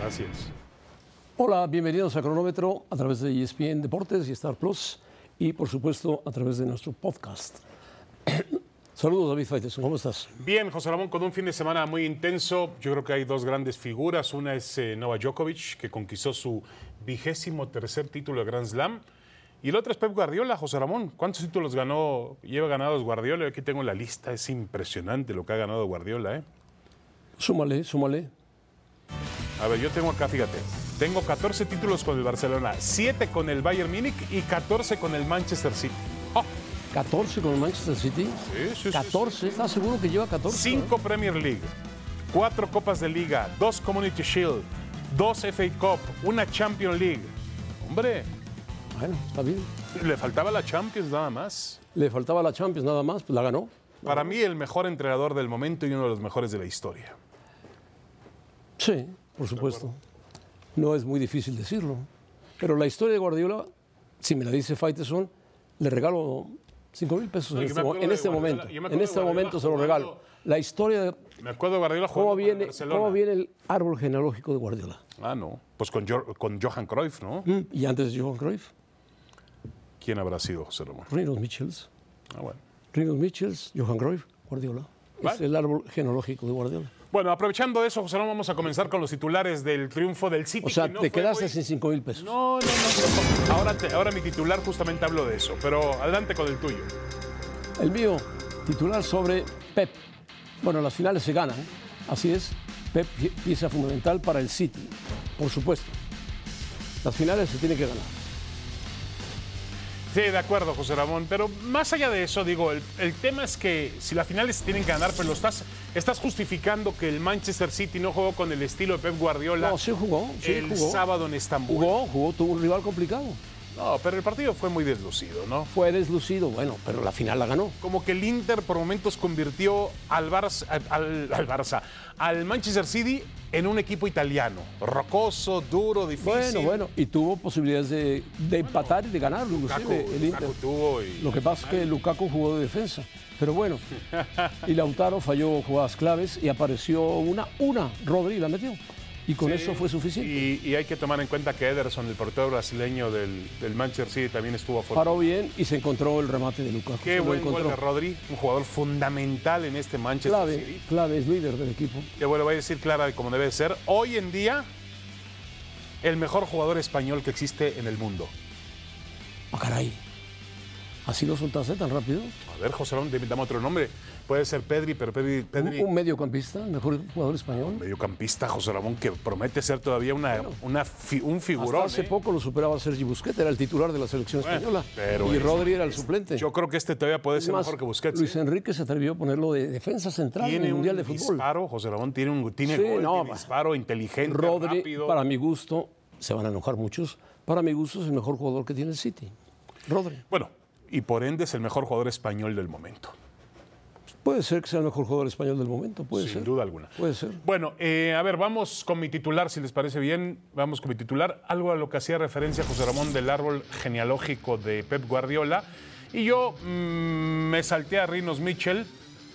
Gracias. Hola, bienvenidos a Cronómetro a través de E ESPN Deportes y Star Plus y por supuesto a través de nuestro podcast. Saludos David Faiteson, ¿cómo estás? Bien, José Ramón, con un fin de semana muy intenso, yo creo que hay dos grandes figuras. Una es eh, Novak Djokovic, que conquistó su vigésimo tercer título de Grand Slam. Y el otro es Pep Guardiola, José Ramón. ¿Cuántos títulos ganó, lleva ganados Guardiola? Aquí tengo la lista, es impresionante lo que ha ganado Guardiola. ¿eh? Súmale, súmale. A ver, yo tengo acá, fíjate, tengo 14 títulos con el Barcelona, 7 con el Bayern Múnich y 14 con el Manchester City. ¡Oh! 14 con el Manchester City. Sí, sí, sí, 14, ¿estás seguro que lleva 14? 5 Premier League, 4 Copas de Liga, 2 Community Shield, 2 FA Cup, una Champions League. Hombre, Bueno, está bien. le faltaba la Champions nada más. Le faltaba la Champions nada más, pues la ganó. Para mí, el mejor entrenador del momento y uno de los mejores de la historia. Sí, por supuesto. No es muy difícil decirlo. Pero la historia de Guardiola, si me la dice Faiteson, le regalo 5 mil pesos No, yo en este, me mo- acuerdo en de este Guardiola, momento. yo me En acuerdo este de Guardiola momento se lo jugando- regalo. La historia de Me acuerdo de Guardiola jugando cómo con el viene, Barcelona. cómo viene el árbol genealógico de Guardiola. Ah, no. Pues con, Jor- con Johan Cruyff, ¿no? Mm, Y antes de Johan Cruyff, ¿Quién habrá sido José Ramón? Reynolds Michels. Ah, bueno. Reynolds Michels, Johan Cruyff, Guardiola. Es Vale. el árbol genealógico de Guardiola. Bueno, aprovechando eso, José Ramón, vamos a comenzar con los titulares del triunfo del City. O sea, que no te fue quedaste muy- sin 5 mil pesos. No, no, no. no. Ahora, te- ahora mi titular justamente habló de eso, pero adelante con el tuyo. El mío, titular sobre Pep. Bueno, las finales se ganan, ¿eh? así es. Pep, pie- pieza fundamental para el City, por supuesto. Las finales se tienen que ganar. Sí, de acuerdo, José Ramón. Pero más allá de eso, digo, el, el tema es que si las finales se tienen que ganar, pero lo estás, estás justificando que el Manchester City no jugó con el estilo de Pep Guardiola No, sí jugó, sí el jugó. sábado en Estambul. Jugó, jugó, tuvo un rival complicado. No, pero el partido fue muy deslucido, ¿no? Fue deslucido, bueno, pero la final la ganó. Como que el Inter por momentos convirtió al Barça, al, al Barça, al Manchester City en un equipo italiano. Rocoso, duro, difícil. Bueno, bueno, y tuvo posibilidades de, de empatar y de ganar, Lukaku, inclusive, el Lukaku Inter. tuvo y- Lo que pasa es que Lukaku jugó de defensa, pero bueno. Y Lautaro falló jugadas claves y apareció una, una, Rodri la metió. Y con eso fue suficiente. Y, y hay que tomar en cuenta que Ederson, el portero brasileño del, del Manchester City, también estuvo afuera. Paró bien y se encontró el remate de Lukaku. Qué Se lo buen gol de encontró. Rodri, un jugador fundamental en este Manchester Clave, City. clave, es líder del equipo. Que bueno, voy a decir clara como debe de ser. Hoy en día, el mejor jugador español que existe en el mundo. ¡Ah, caray! ¿Así lo soltaste tan rápido? A ver, José Ramón, dame otro nombre. Puede ser Pedri, pero Pedri, ¿Un, Pedri un mediocampista, el mejor jugador español? mediocampista, José Ramón, que promete ser todavía una, una fi- un Hasta figurón. hace ¿eh? poco lo superaba Sergi Busquets, era el titular de la selección Bueno, española. pero y es- Rodri era el suplente. Yo creo que este todavía puede ser Más, mejor que Busquets. ¿eh? Luis Enrique se atrevió a ponerlo de defensa central en tiene el un Mundial de Fútbol. disparo, José Ramón tiene un tiene Sí, gol, no, tiene pa- disparo inteligente, Rodri, rápido. para mi gusto, se van a enojar muchos, para mi gusto es el mejor jugador que tiene el City. Rodri. Bueno, y por ende es el mejor jugador español del momento, Pues, Puede ser que sea el mejor jugador español del momento, puede sin ser. duda alguna. Puede ser. Bueno, eh, a ver, vamos con mi titular, si les parece bien, vamos con mi titular, algo a lo que hacía referencia José Ramón del árbol genealógico de Pep Guardiola. Y yo mm, me salté a Rinos Mitchell,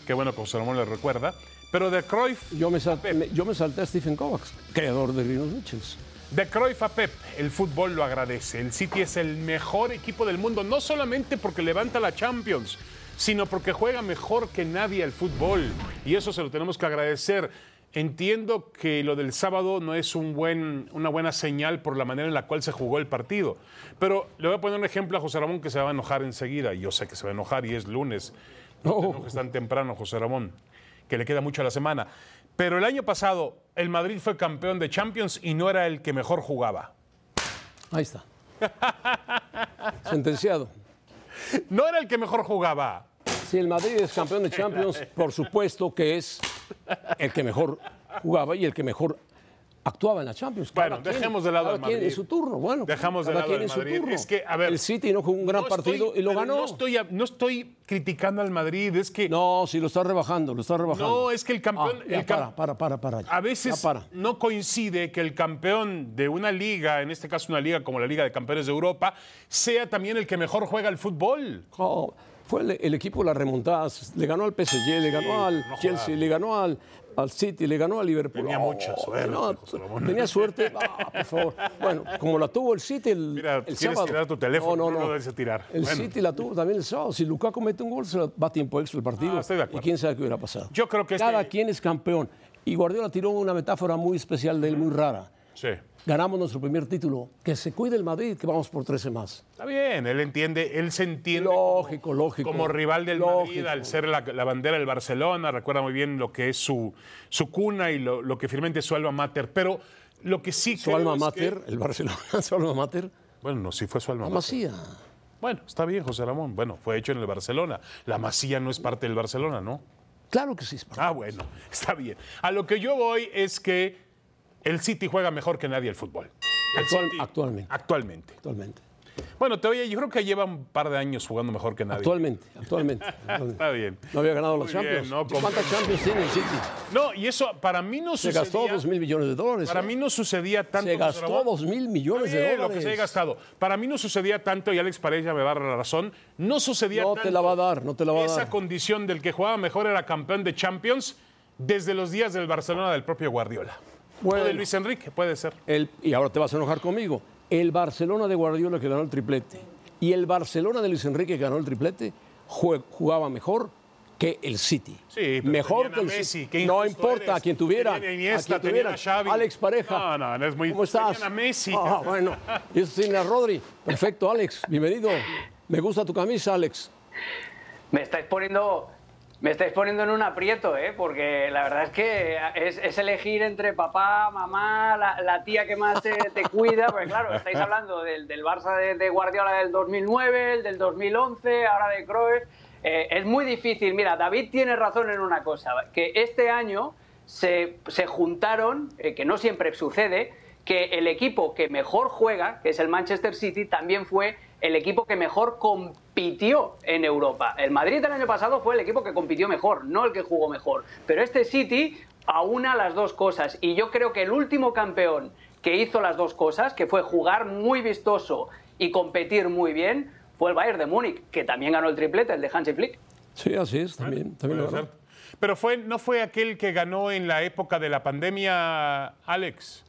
que bueno, que José Ramón le recuerda, pero de Cruyff Yo me, sal- me- yo me salté a Stephen Kovacs, creador de Green Michels. De Cruyff a Pep, el fútbol lo agradece. El City es el mejor equipo del mundo, no solamente porque levanta la Champions, sino porque juega mejor que nadie al fútbol. Y eso se lo tenemos que agradecer. Entiendo que lo del sábado no es un buen, una buena señal por la manera en la cual se jugó el partido. Pero le voy a poner un ejemplo a José Ramón que se va a enojar enseguida. Yo sé que se va a enojar y es lunes. Este, No te No. enojes tan temprano, José Ramón, que le queda mucho a la semana. Pero el año pasado el Madrid fue campeón de Champions y no era el que mejor jugaba. Ahí está. Sentenciado. No era el que mejor jugaba. Si el Madrid es campeón de Champions, por supuesto que es el que mejor jugaba y el que mejor actuaba en la Champions. Cada Bueno, quien- dejemos de lado cada al quien Madrid. en su turno, bueno. Dejamos de cada lado quien al en su Madrid. turno. Es que, a ver, el City no jugó un gran No estoy- partido y lo pero ganó. No estoy, no estoy criticando al Madrid, es que No, si lo está rebajando, lo está rebajando. No, es que el campeón- Ah, ya, el cam- para, para, para, para. ya. a veces Ya para. no coincide que el campeón de una liga, en este caso una liga como la Liga de Campeones de Europa, sea también el que mejor juega el fútbol. Oh, fue el, el equipo de las remontadas. Le ganó al PSG, le ganó al no Chelsea, jodas. le ganó al, al City, le ganó al Liverpool. Tenía mucha suerte, José Ramón. tenía suerte. Ah, por favor. Bueno, como la tuvo el City el, Mira, el quieres sábado. tirar tu teléfono, no, no lo no, no. debes de tirar. El Bueno. City la tuvo también el sábado. Si Lukaku mete un gol, se la- va a tiempo extra el partido. Ah, estoy de acuerdo. Y quién sabe qué hubiera pasado. Yo creo que este- Cada quien es campeón. Y Guardiola tiró una metáfora muy especial de él, muy rara. Sí. Ganamos nuestro primer título. Que se cuide el Madrid, que vamos por 13 más. Está bien, él entiende, él se entiende Lógico, lógico. como rival del lógico. Madrid al ser la, la bandera del Barcelona, recuerda muy bien lo que es su, su cuna y lo, lo que firmemente es su alma mater, pero lo que sí Su creo alma es mater, que- el Barcelona, su alma mater, bueno, no, sí fue su alma la mater. Masía. Bueno, está bien, José Ramón. Bueno, fue hecho en el Barcelona. La Masía no es parte del Barcelona, ¿no? Claro que sí. es parte. Ah, bueno, está bien. A lo que yo voy es que el City juega mejor que nadie el fútbol. El Actual- City- actualmente. Actualmente. Actualmente. Bueno, te oye, yo creo que lleva un par de años jugando mejor que nadie. Actualmente, actualmente. actualmente. Está bien. No había ganado los Muy Champions. bien, no, como- Pues ¿Cuántas Champions tiene el City? No, y eso para mí no Se sucedía. gastó 2 mil millones de dólares. Para mí no sucedía tanto. se José gastó Ramón. 2 mil millones de Está dólares. bien, lo que se haya gastado. Para mí no sucedía tanto, y Alex Pareja me va a dar la razón. No sucedía No tanto. te la va a dar, no te la va a esa dar. condición del que jugaba mejor era campeón de Champions desde los días del Barcelona del propio Guardiola. Bueno. O de Luis Enrique, puede ser. El- y ahora te vas a enojar conmigo. El Barcelona de Guardiola que ganó el triplete y el Barcelona de Luis Enrique que ganó el triplete jue- jugaba mejor que el City. Sí, pero mejor tenían a que el Messi, City. qué no injusto importa a eres. quien tuviera. Tenían a Iniesta, a quien tuviera. tenían a Xavi. Alex Pareja. No, no, no es muy- ¿Cómo estás? tenían a Messi. Ah, bueno. Y eso tiene a Rodri. Perfecto, Alex. Bienvenido. Me gusta tu camisa, Alex. Me estáis poniendo, me estáis poniendo en un aprieto, ¿eh? porque la verdad es que es, es elegir entre papá, mamá, la, la tía que más te, te cuida, porque claro, estáis hablando del, del Barça de, de Guardiola del 2009, el del 2011, ahora de Cruyff. Eh, es muy difícil. Mira, David tiene razón en una cosa, que este año se, se juntaron, eh, que no siempre sucede, que el equipo que mejor juega, que es el Manchester City, también fue el equipo que mejor compitió en Europa. El Madrid el año pasado fue el equipo que compitió mejor, no el que jugó mejor. Pero este City aúna las dos cosas y yo creo que el último campeón que hizo las dos cosas, que fue jugar muy vistoso y competir muy bien, fue el Bayern de Múnich, que también ganó el triplete, el de Hansi Flick. Sí, así es. También, también lo Puede ganó. ser. Pero fue, no fue aquel que ganó en la época de la pandemia, Alex.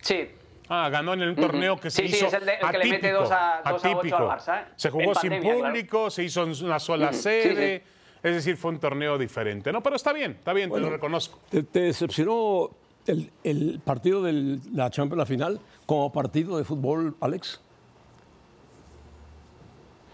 Sí. Ah, ganó en un torneo que se Sí, sí, hizo es el de- el que le mete atípico, dos a- dos a ocho atípico. al Barça, ¿eh? Se En jugó sin pandemia, claro. público, se hizo en una sola Ujú, sí, sede. Es decir, fue un torneo diferente, ¿no? Pero está bien, está bien, te lo reconozco. ¿Te, te decepcionó el, el partido de la Champions, la final, como partido de fútbol, Alex?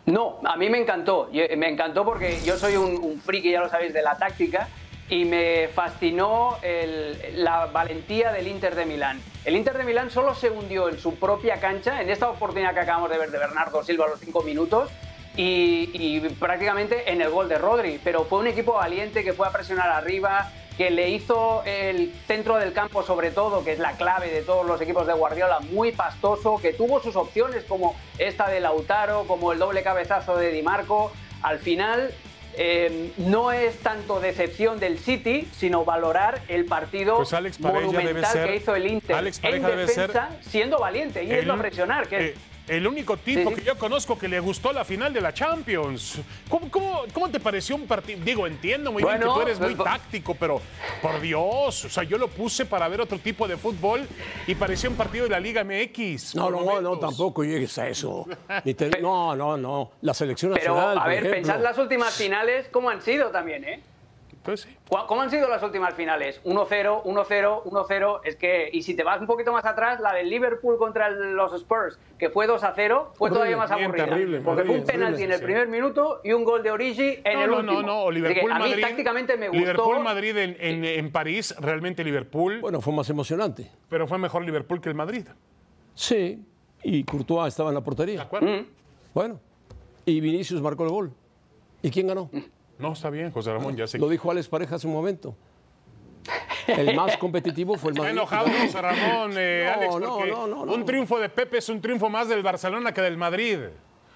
No, a mí me encantó. Yo- Me encantó porque yo soy un, un friki, ya lo sabéis, de la táctica y me fascinó el- la valentía del Inter de Milán. El Inter de Milán solo se hundió en su propia cancha, en esta oportunidad que acabamos de ver de Bernardo Silva a los cinco minutos, y, y prácticamente en el gol de Rodri. Pero fue un equipo valiente que fue a presionar arriba, que le hizo el centro del campo sobre todo, que es la clave de todos los equipos de Guardiola, muy pastoso, que tuvo sus opciones como esta de Lautaro, como el doble cabezazo de Di Marco. Al final eh, no es tanto decepción del City, sino valorar el partido Pues Alex Pareja monumental debe ser- que hizo el Inter Alex en Pareja debe ser defensa, siendo valiente y yendo a presionar, que eh, es- el único tipo Sí, sí. que yo conozco que le gustó la final de la Champions. ¿Cómo, cómo- cómo te pareció un partido? Digo, entiendo muy bien que Bueno, tú eres muy pues, táctico, pero por Dios, o sea, yo lo puse para ver otro tipo de fútbol y parecía un partido de la Liga MX. No, por no, momentos. no, tampoco llegues a eso. Ni te- no, no, no. La selección Pero, nacional. a por ver, ejemplo. pensad las últimas finales, ¿cómo han sido también, eh? Pues sí. ¿Cu- ¿Cómo han sido las últimas finales? 1-0, 1-0, 1-0. Es que, y si te vas un poquito más atrás, la del Liverpool contra el- los Spurs, que fue 2-0, fue Horrible, todavía más bien, aburrida. terrible, porque fue horrible, un penalti horrible, en el sí. primer minuto y un gol de Origi en no, el no, último. no, no, o Así que Liverpool a mí Madrid. tácticamente me gustó. Liverpool Madrid en, en- en París, realmente Liverpool, Bueno, fue más emocionante. pero fue mejor Liverpool que el Madrid. ¿De Sí, y Courtois estaba en la portería. acuerdo? Bueno, y Vinicius marcó el gol. ¿Y quién ganó? No, está bien, José Ramón, ya sé. Lo que- dijo Alex Pareja hace un momento. El más competitivo fue el Está Madrid. enojado José Ramón, eh, No, Alex, no, porque no, no, no. un triunfo de Pepe es un triunfo más del Barcelona que del Madrid.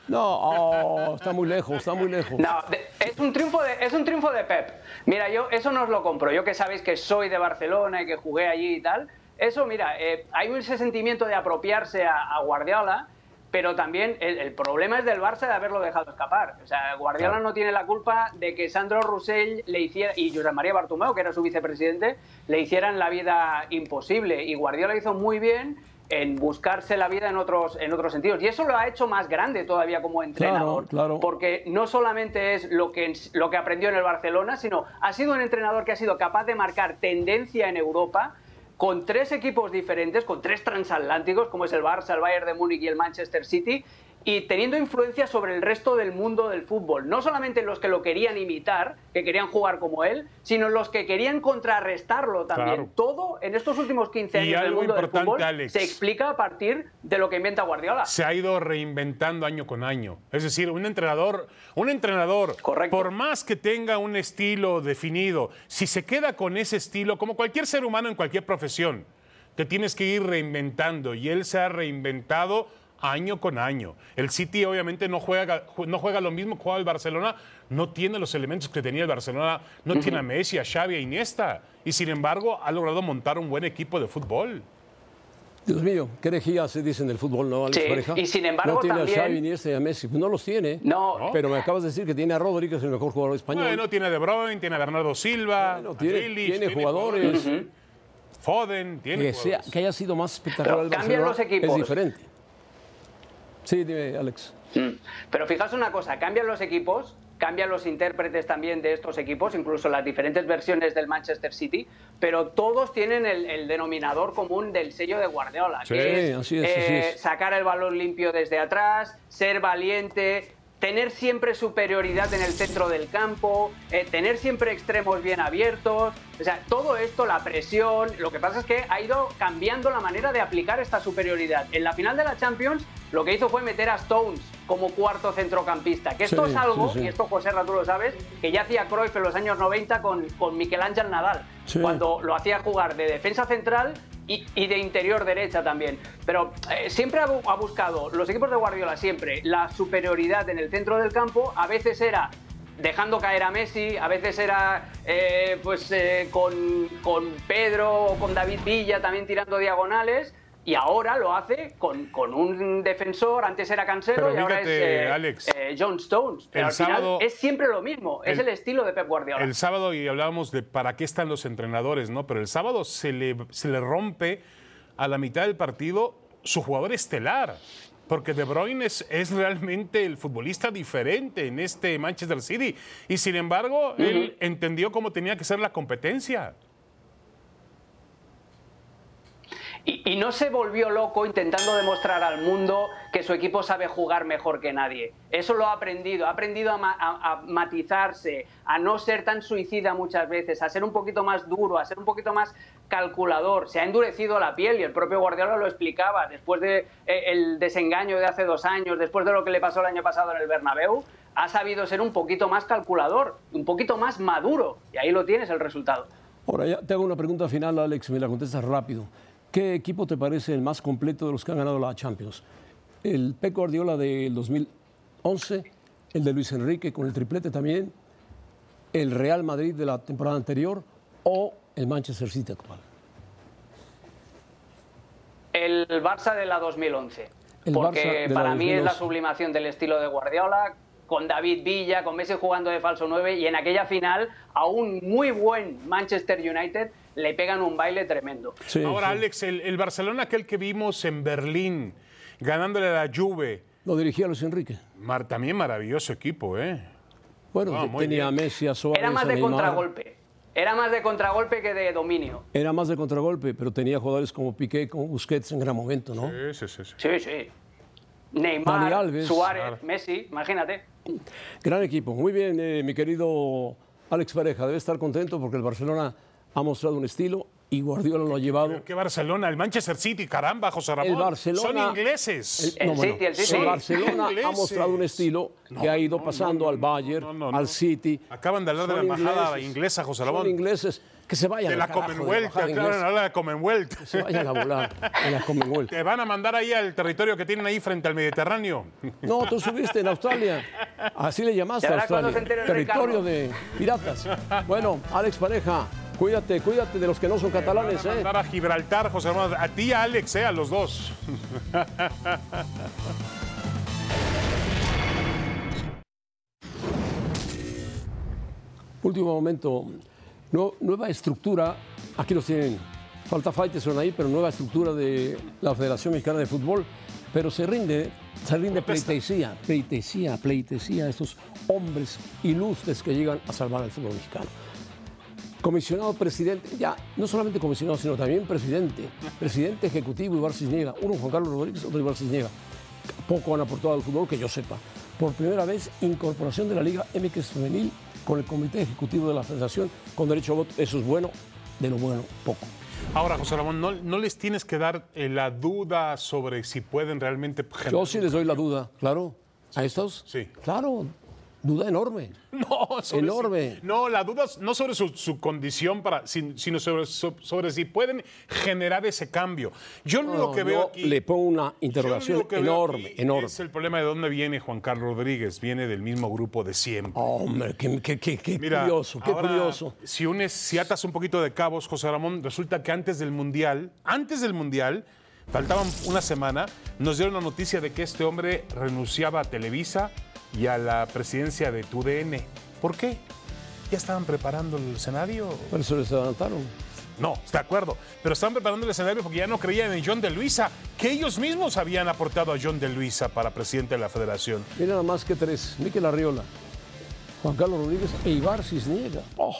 No, oh, está muy lejos, está muy lejos. No, de- es un triunfo de es un triunfo de Pep. Mira, yo eso no os lo compro. Yo que sabéis que soy de Barcelona y que jugué allí y tal. Eso, mira, eh, hay ese sentimiento de apropiarse a, a Guardiola pero también el, el problema es del Barça de haberlo dejado escapar. O sea, Guardiola no tiene la culpa de que Sandro Roussel le hiciera, y José María Bartomeu, que era su vicepresidente, le hicieran la vida imposible. Y Guardiola hizo muy bien en buscarse la vida en otros, en otros sentidos. Y eso lo ha hecho más grande todavía como entrenador. claro. Porque no solamente es lo que, lo que aprendió en el Barcelona, sino ha sido un entrenador que ha sido capaz de marcar tendencia en Europa con tres equipos diferentes, con tres transatlánticos, como es el Barça, el Bayern de Múnich y el Manchester City, y teniendo influencia sobre el resto del mundo del fútbol. No solamente los que lo querían imitar, que querían jugar como él, sino los que querían contrarrestarlo también. Claro. Todo en estos últimos 15 Y años del algo mundo del importante, fútbol Alex. se explica a partir de lo que inventa Guardiola. se ha ido reinventando año con año. Es decir, un entrenador, un entrenador, Correcto. por más que tenga un estilo definido, si se queda con ese estilo, como cualquier ser humano en cualquier profesión, te tienes que ir reinventando y él se ha reinventado año con año. El City obviamente no juega, ju- no juega lo mismo que juega el Barcelona, no tiene los elementos que tenía el Barcelona, no tiene a Messi, a Xavi, a Iniesta, y sin embargo ha logrado montar un buen equipo de fútbol. Dios mío, qué herejía se dice en el fútbol, ¿no, Alex Sí, Pareja? y sin embargo No tiene también- a Xavi, Iniesta y a Messi. No los tiene. No, Pero me acabas de decir que tiene a Rodri, que es el mejor jugador español. Bueno, tiene a De Bruyne, tiene a Bernardo Silva, Bueno, a tiene, Grealish, tiene jugadores. Foden, tiene Que, sea- jugadores. que haya sido más espectacular Pero el cambian Barcelona los equipos. es diferente. Sí, dime, Alex. Mm. Pero fijaos una cosa, cambian los equipos, cambian los intérpretes también de estos equipos, incluso las diferentes versiones del Manchester City, pero todos tienen el, el denominador común del sello de Guardiola, Sí, que eh, así es, así es. sacar el balón limpio desde atrás, ser valiente, tener siempre superioridad en el centro del campo, eh, tener siempre extremos bien abiertos. O sea, todo esto, la presión, lo que pasa es que ha ido cambiando la manera de aplicar esta superioridad. En la final de la Champions, lo que hizo fue meter a Stones como cuarto centrocampista, que esto Sí, es algo, sí, sí. y esto José tú lo sabes, que ya hacía Cruyff en los años 90 con, con Miguel Ángel Nadal, Sí. cuando lo hacía jugar de defensa central y, y de interior derecha también. Pero eh, siempre ha, bu- ha buscado, los equipos de Guardiola siempre, la superioridad en el centro del campo. A veces era dejando caer a Messi, a veces era eh, pues eh, con, con Pedro o con David Villa también tirando diagonales. Y ahora lo hace con, con un defensor, antes era Cancelo Pero y ahora es fíjate, eh, Alex, eh, John Stones. Pero el al final sábado- es siempre lo mismo, es el- el estilo de Pep Guardiola. El sábado, y hablábamos de para qué están los entrenadores, ¿no? Pero el sábado se le, se le rompe a la mitad del partido su jugador estelar. Porque De Bruyne es, es realmente el futbolista diferente en este Manchester City. Y sin embargo, él entendió cómo tenía que ser la competencia. Y, y no se volvió loco intentando demostrar al mundo que su equipo sabe jugar mejor que nadie. Eso lo ha aprendido, ha aprendido a, ma- a- a matizarse, a no ser tan suicida muchas veces, a ser un poquito más duro, a ser un poquito más calculador. Se ha endurecido la piel y el propio Guardiola lo explicaba después del desengaño de hace dos años, después de lo que le pasó el año pasado en el Bernabéu. Ha sabido ser un poquito más calculador, un poquito más maduro. Y ahí lo tienes el resultado. Ahora ya te hago una pregunta final, Alex, me la contestas rápido. ¿Qué equipo te parece el más completo de los que han ganado la Champions? ¿El Pep Guardiola del 2011? ¿El de Luis Enrique con el triplete también? ¿El Real Madrid de la temporada anterior? ¿O el Manchester City actual? El Barça de la 2011. El Barça porque de la para mí es la 2011. sublimación del estilo de Guardiola, con David Villa, con Messi jugando de falso 9 y en aquella final a un muy buen Manchester United le pegan un baile tremendo. Sí, Ahora, sí. Alex, el, el Barcelona, aquel que vimos en Berlín, ganándole a la Juve, Lo dirigía Luis Enrique. Mar- también maravilloso equipo, ¿eh? Bueno, Ah, te- muy tenía bien. a Messi, a Suárez, Era a más de Neymar. contragolpe. Era más de contragolpe que de dominio. Era más de contragolpe, pero tenía jugadores como Piqué, como Busquets en gran momento, ¿no? Sí, sí, sí, sí. Sí, sí. Dani Neymar, Alves. Suárez, Claro. Messi, imagínate. Gran equipo. Muy bien, eh, mi querido Alex Pareja. Debe estar contento porque el Barcelona ha mostrado un estilo y Guardiola lo ha llevado. Pero qué Barcelona, el Manchester City, caramba, José Ramón. El Barcelona- Son ingleses. El City, Eh, el City. el Barcelona ha Ingleses. mostrado un estilo que ha ido pasando al Bayern, no, no, no. al City. Acaban de hablar de Son la embajada ingleses, inglesa, José Son Ramón. ingleses. Que se vayan de al la carajo, de la Commonwealth, embajada claro, inglesa. habla de la Commonwealth. Se vayan a volar en la Commonwealth. Te van a mandar ahí al territorio que tienen ahí frente al Mediterráneo. No, tú subiste en Australia. Así le llamaste Ya a verás cuando Australia. se entere Rey Territorio Carlos. de piratas. Bueno, Alex Pareja, cuídate, cuídate de los que no son catalanes, Van a ¿eh? mandar a Gibraltar, José Ramón. A ti y a Alex, eh, a los dos. Último momento, no- nueva estructura, aquí los tienen, falta Faiteson ahí, pero nueva estructura de la Federación Mexicana de Fútbol, pero se rinde, se rinde pleitesía, pleitesía, pleitesía a estos hombres ilustres que llegan a salvar al fútbol mexicano. Comisionado presidente, ya no solamente comisionado, sino también presidente, presidente ejecutivo Ibar Cisniega, uno Juan Carlos Rodríguez, otro Ibar Cisniega. Poco han aportado al fútbol que yo sepa. Por primera vez, incorporación de la Liga MX Femenil con el Comité Ejecutivo de la Federación con derecho a voto. Eso es bueno, de lo bueno, poco. Ahora, José Ramón, no, no les tienes que dar eh, la duda sobre si pueden realmente generar- Yo sí les doy la duda, claro. ¿A estos? Sí. Claro, duda enorme. No, sobre Enorme. si- no, la duda es no sobre su, su condición, para, sin- sino sobre, so- sobre si pueden generar ese cambio. Yo lo único que No, veo yo aquí. le pongo una yo lo interrogación único que veo enorme, aquí enorme. Es el problema de dónde viene Juan Carlos Rodríguez. Viene del mismo grupo de siempre. Hombre, qué, qué- qué- qué curioso, qué ahora, curioso. Si, unes, si atas un poquito de cabos, José Ramón, resulta que antes del Mundial, antes del Mundial, faltaban una semana, nos dieron la noticia de que este hombre renunciaba a Televisa y a la presidencia de TUDN. ¿Por qué? ¿Ya estaban preparando el escenario? Por eso les adelantaron. No, de acuerdo. Pero estaban preparando el escenario porque ya no creían en John de Luisa, que ellos mismos habían aportado a John de Luisa para presidente de la federación. Mira nada más que tres. Miquel Arriola, Juan Carlos Rodríguez e Ibar Cisniega. Oh,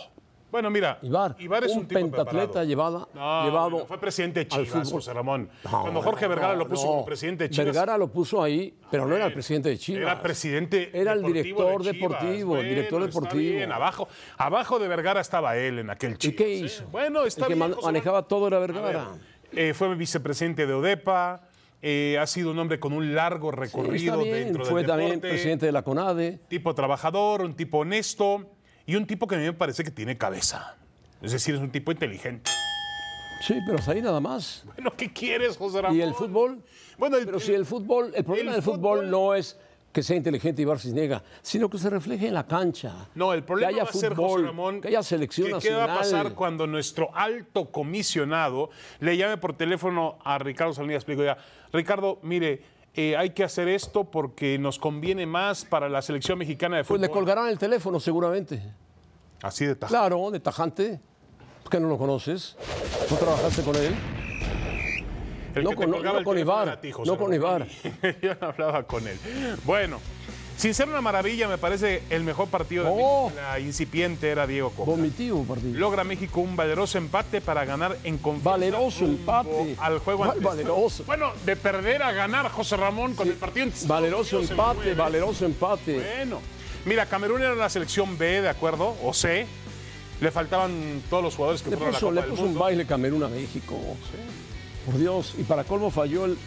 Bueno, mira, Ibar, es un, un, tipo pentatleta preparado. llevada, No, llevado bueno, fue presidente de al Chivas, fútbol. José Ramón. No, Cuando Jorge no, Vergara lo puso no. como presidente de Chivas. eh, Vergara lo puso ahí, pero no era el presidente de Chivas. Era presidente. Era el deportivo director de Chivas. deportivo, el Bueno, director está deportivo. bien, abajo, abajo de Vergara estaba él en aquel ¿Y Chivas. qué ¿eh? hizo? Bueno, está el que bien, man- José Ramón. manejaba todo era A ver, Vergara. eh, fue vicepresidente de ODEPA. eh, ha sido un hombre con un largo Sí, está recorrido bien, dentro del Fue también deporte. presidente de la CONADE. tipo trabajador, un tipo honesto y un tipo que a mí me parece que tiene cabeza. Es decir, es un tipo inteligente. Sí, pero hasta ahí nada más. Bueno, ¿qué quieres, José Ramón? ¿Y el fútbol? Bueno, el- pero si el fútbol, el problema el del fútbol, fútbol- no es que sea inteligente Ibar Cisniega, sino que se refleje en la cancha. No, el problema que haya va a ser, fútbol, José Ramón, que haya selección que ¿qué va nacional. a pasar cuando nuestro alto comisionado le llame por teléfono a Ricardo Salinas Pliego? Ya, Ricardo, mire, eh, hay que hacer esto porque nos conviene más para la selección mexicana de Pues fútbol. le colgarán el teléfono seguramente. Así de tajante. Claro, de tajante. ¿Por qué no lo conoces? ¿No trabajaste con él? El No que te con- colgaba no el con teléfono Ibar, era a ti, José no con Ramón. Ibar. Yo no hablaba con él. Bueno, sin ser una maravilla, me parece el mejor partido de Oh. México, la incipiente era Diego Coca. Vomitivo partido. Logra México un valeroso empate para ganar en confianza. Valeroso rumbo empate. Al juego ¿Cuál ante- valeroso? Bueno, de perder a ganar José Ramón con el partido ante- Valeroso se empate, mueve. valeroso empate. Bueno, mira, Camerún era la selección B, ¿de acuerdo? O C. Le faltaban todos los jugadores que Le fueron puso, a le la Copa del puso un Mundo. baile Camerún a México. Por Dios. Y para colmo falló el,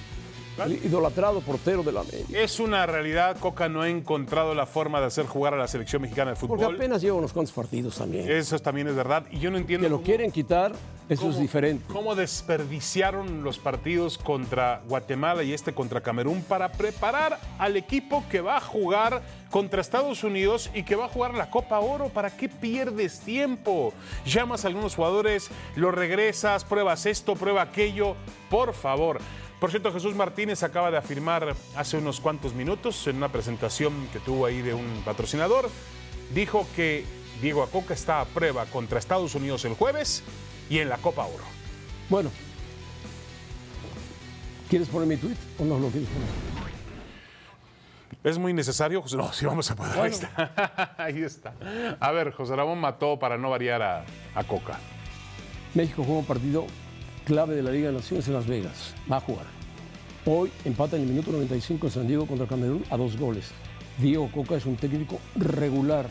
el idolatrado portero de la América. Es una realidad, Coca no ha encontrado la forma de hacer jugar a la selección mexicana de Porque fútbol. apenas lleva unos cuantos partidos también. Eso también es verdad. Y yo no entiendo. Que lo cómo- quieren quitar, eso es cómo- diferente. ¿Cómo desperdiciaron los partidos contra Guatemala y este contra Camerún para preparar al equipo que va a jugar contra Estados Unidos y que va a jugar la Copa Oro? ¿Para qué pierdes tiempo? Llamas a algunos jugadores, los regresas, pruebas esto, prueba aquello. Por favor. Por cierto, Jesús Martínez acaba de afirmar hace unos cuantos minutos en una presentación que tuvo ahí de un patrocinador, dijo que Diego Acoca está a prueba contra Estados Unidos el jueves y en la Copa Oro. Bueno. ¿Quieres poner mi tweet o no lo quieres poner? ¿Es muy necesario? José? No, sí vamos a poder. Ahí, está. Ahí está. A ver, José Ramón mató para no variar a, a Coca. México juega un partido clave de la Liga de Naciones en Las Vegas. Va a jugar. Hoy empata en el minuto 95 en San Diego contra Camerún a dos goles. Diego Coca es un técnico regular.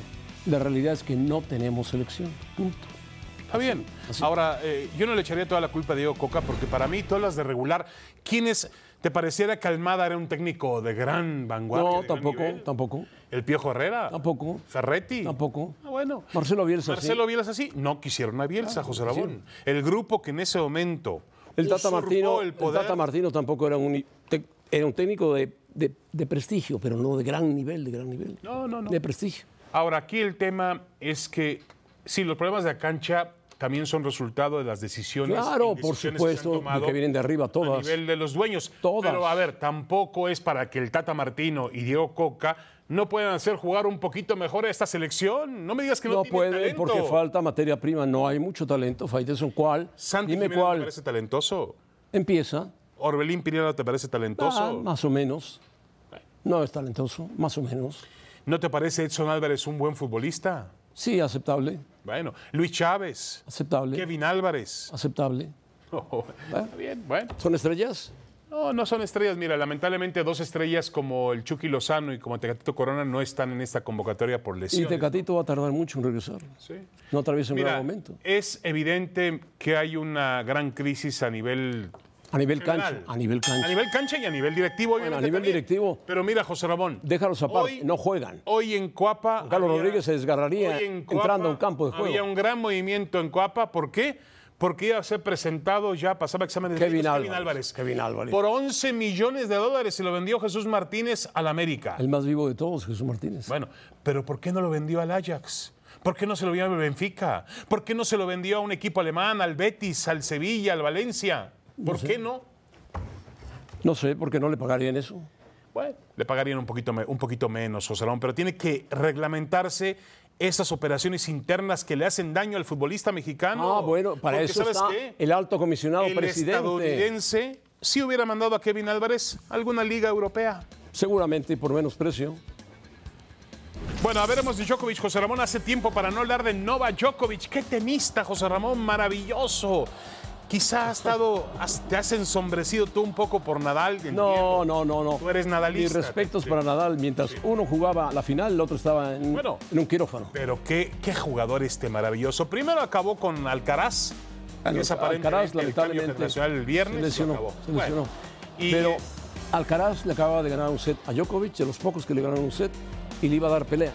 La realidad es que no tenemos selección. Punto. Está bien. Ahora, eh, yo no le echaría toda la culpa a Diego Coca porque para mí todas las de regular, ¿quiénes te pareciera que Almada era un técnico de gran vanguardia? No, de gran tampoco, nivel? tampoco, ¿El Piojo Herrera? tampoco, ¿Ferretti? tampoco. Ah, bueno. Marcelo Bielsa, sí. Marcelo Bielsa sí, Ah, no quisieron a Bielsa, José Ramón. El grupo que en ese momento El Tata, usurpó Martino, el el poder. Tata Martino tampoco era un, tec- era un técnico de, de- de prestigio, pero no de gran nivel, de gran nivel. No, no, no. De prestigio. Ahora, aquí el tema es que sí, los problemas de la cancha también son resultado de las decisiones, Claro, por indecisiones que se han supuesto, de tomado que vienen de arriba a todas. nivel de los dueños. Todas. Pero a ver, tampoco es para que el Tata Martino y Diego Coca no puedan hacer jugar un poquito mejor a esta selección. No me digas que no, No tiene puede talento. porque falta materia prima, no hay mucho talento. Faitelson, ¿cuál? Santi Dime Jiménez te cuál. parece talentoso. Empieza. Orbelín Pineda te parece Ah, talentoso. más o menos. No es talentoso, más o menos. ¿No te parece Edson Álvarez un buen futbolista? Sí, aceptable, Bueno, Luis Chávez, aceptable, Kevin Álvarez. aceptable. Ah. Está bien, bueno. ¿Son estrellas? No, no son estrellas. Mira, lamentablemente dos estrellas como el Chucky Lozano y como Tecatito Corona no están en esta convocatoria por Y lesiones. Tecatito va a tardar mucho en regresar. Sí. No atraviesa un Mira, gran momento. es evidente que hay una gran crisis a nivel A nivel general. cancha, a nivel A cancha. nivel cancha y a nivel directivo. a obviamente, nivel también. directivo. Pero mira, José Ramón. Déjalos aparte, hoy- no juegan. Hoy en Cuapa. Carlos había- Rodríguez se desgarraría hoy en Cuapa entrando a un campo de Había juego. un gran movimiento en Cuapa. ¿Por qué? Porque iba a ser presentado ya, pasaba exámenes Kevin médicos, Álvarez, Kevin Álvarez. Por 11 millones de dólares y lo vendió Jesús Martínez al América. El más vivo de todos, Jesús Martínez. Bueno, pero ¿por qué no lo vendió al Ajax? ¿Por qué no se lo vendió al Benfica? ¿Por qué no se lo vendió a un equipo alemán, al Betis, al Sevilla, al Valencia? ¿Por qué no? No sé por qué no le pagarían eso. Bueno, le pagarían un poquito, me- un poquito menos, José Ramón, pero tiene que reglamentarse esas operaciones internas que le hacen daño al futbolista mexicano. ah, bueno, para Porque, eso ¿sabes está qué? el alto comisionado El presidente. estadounidense sí hubiera mandado a Kevin Álvarez a alguna liga europea. Seguramente por menos precio. Bueno, a ver, hemos de Djokovic, José Ramón, hace tiempo para no hablar de Nova Djokovic. Qué tenista, José Ramón, maravilloso. Quizá has estado, has- te has ensombrecido tú un poco por Nadal. No, entiendo. no, no, no. Tú eres nadalista. Mis respetos Sí. para Nadal. Mientras uno jugaba la final, el otro estaba en, Bueno. en un quirófano. Pero qué, qué jugador este maravilloso. Primero acabó con Alcaraz. Bueno, que es aparentemente Ah, Alcaraz, el cambio lamentablemente, internacional el viernes. se lo lesionó, acabó. se lesionó. Bueno, y, Pero eh, Alcaraz le acababa de ganar un set a Djokovic, de los pocos que le ganaron un set, y le iba a dar pelea.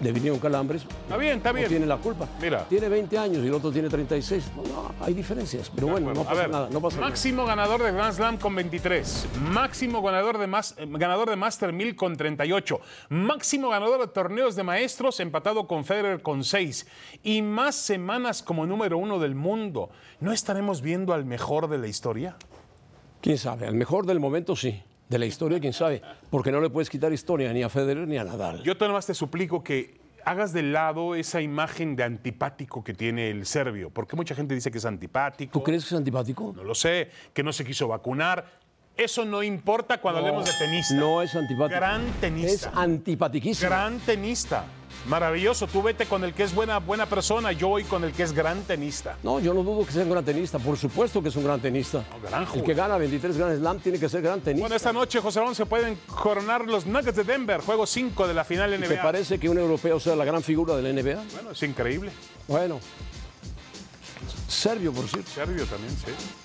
Le vinieron calambres. Está bien, está bien. No tiene la culpa. Mira. Tiene 20 años y el otro tiene 36. No, no, hay diferencias, pero bueno, no a pasa ver, nada. No pasa nada. máximo ganador de Grand Slam con 23. Máximo ganador de, mas- eh, ganador de Master 1000 con 38. Máximo ganador de torneos de maestros empatado con Federer con 6. Y más semanas como número uno del mundo. ¿No estaremos viendo al mejor de la historia? ¿Quién sabe? Al mejor del momento sí. De la historia, quién sabe. Porque no le puedes quitar historia ni a Federer ni a Nadal. Yo te nomás te suplico que hagas de lado esa imagen de antipático que tiene el serbio. Porque mucha gente dice que es antipático. ¿Tú crees que es antipático? No lo sé, que no se quiso vacunar. Eso no importa cuando hablemos de tenista. No es antipático. Gran Es tenista. antipatiquísimo. Gran tenista. Maravilloso. Tú vete con el que es buena, buena persona. Yo voy con el que es gran tenista. No, yo no dudo que sea un gran tenista. Por supuesto que es un gran tenista. No, gran el jugador. que gana 23 Grand Slam tiene que ser gran tenista. Bueno, esta noche, José Ramón, se pueden coronar los Nuggets de Denver, juego 5 de la final NBA. ¿Te parece que un europeo sea la gran figura de la NBA? Bueno, es increíble. Bueno. Serbio, por cierto. Serbio también, sí.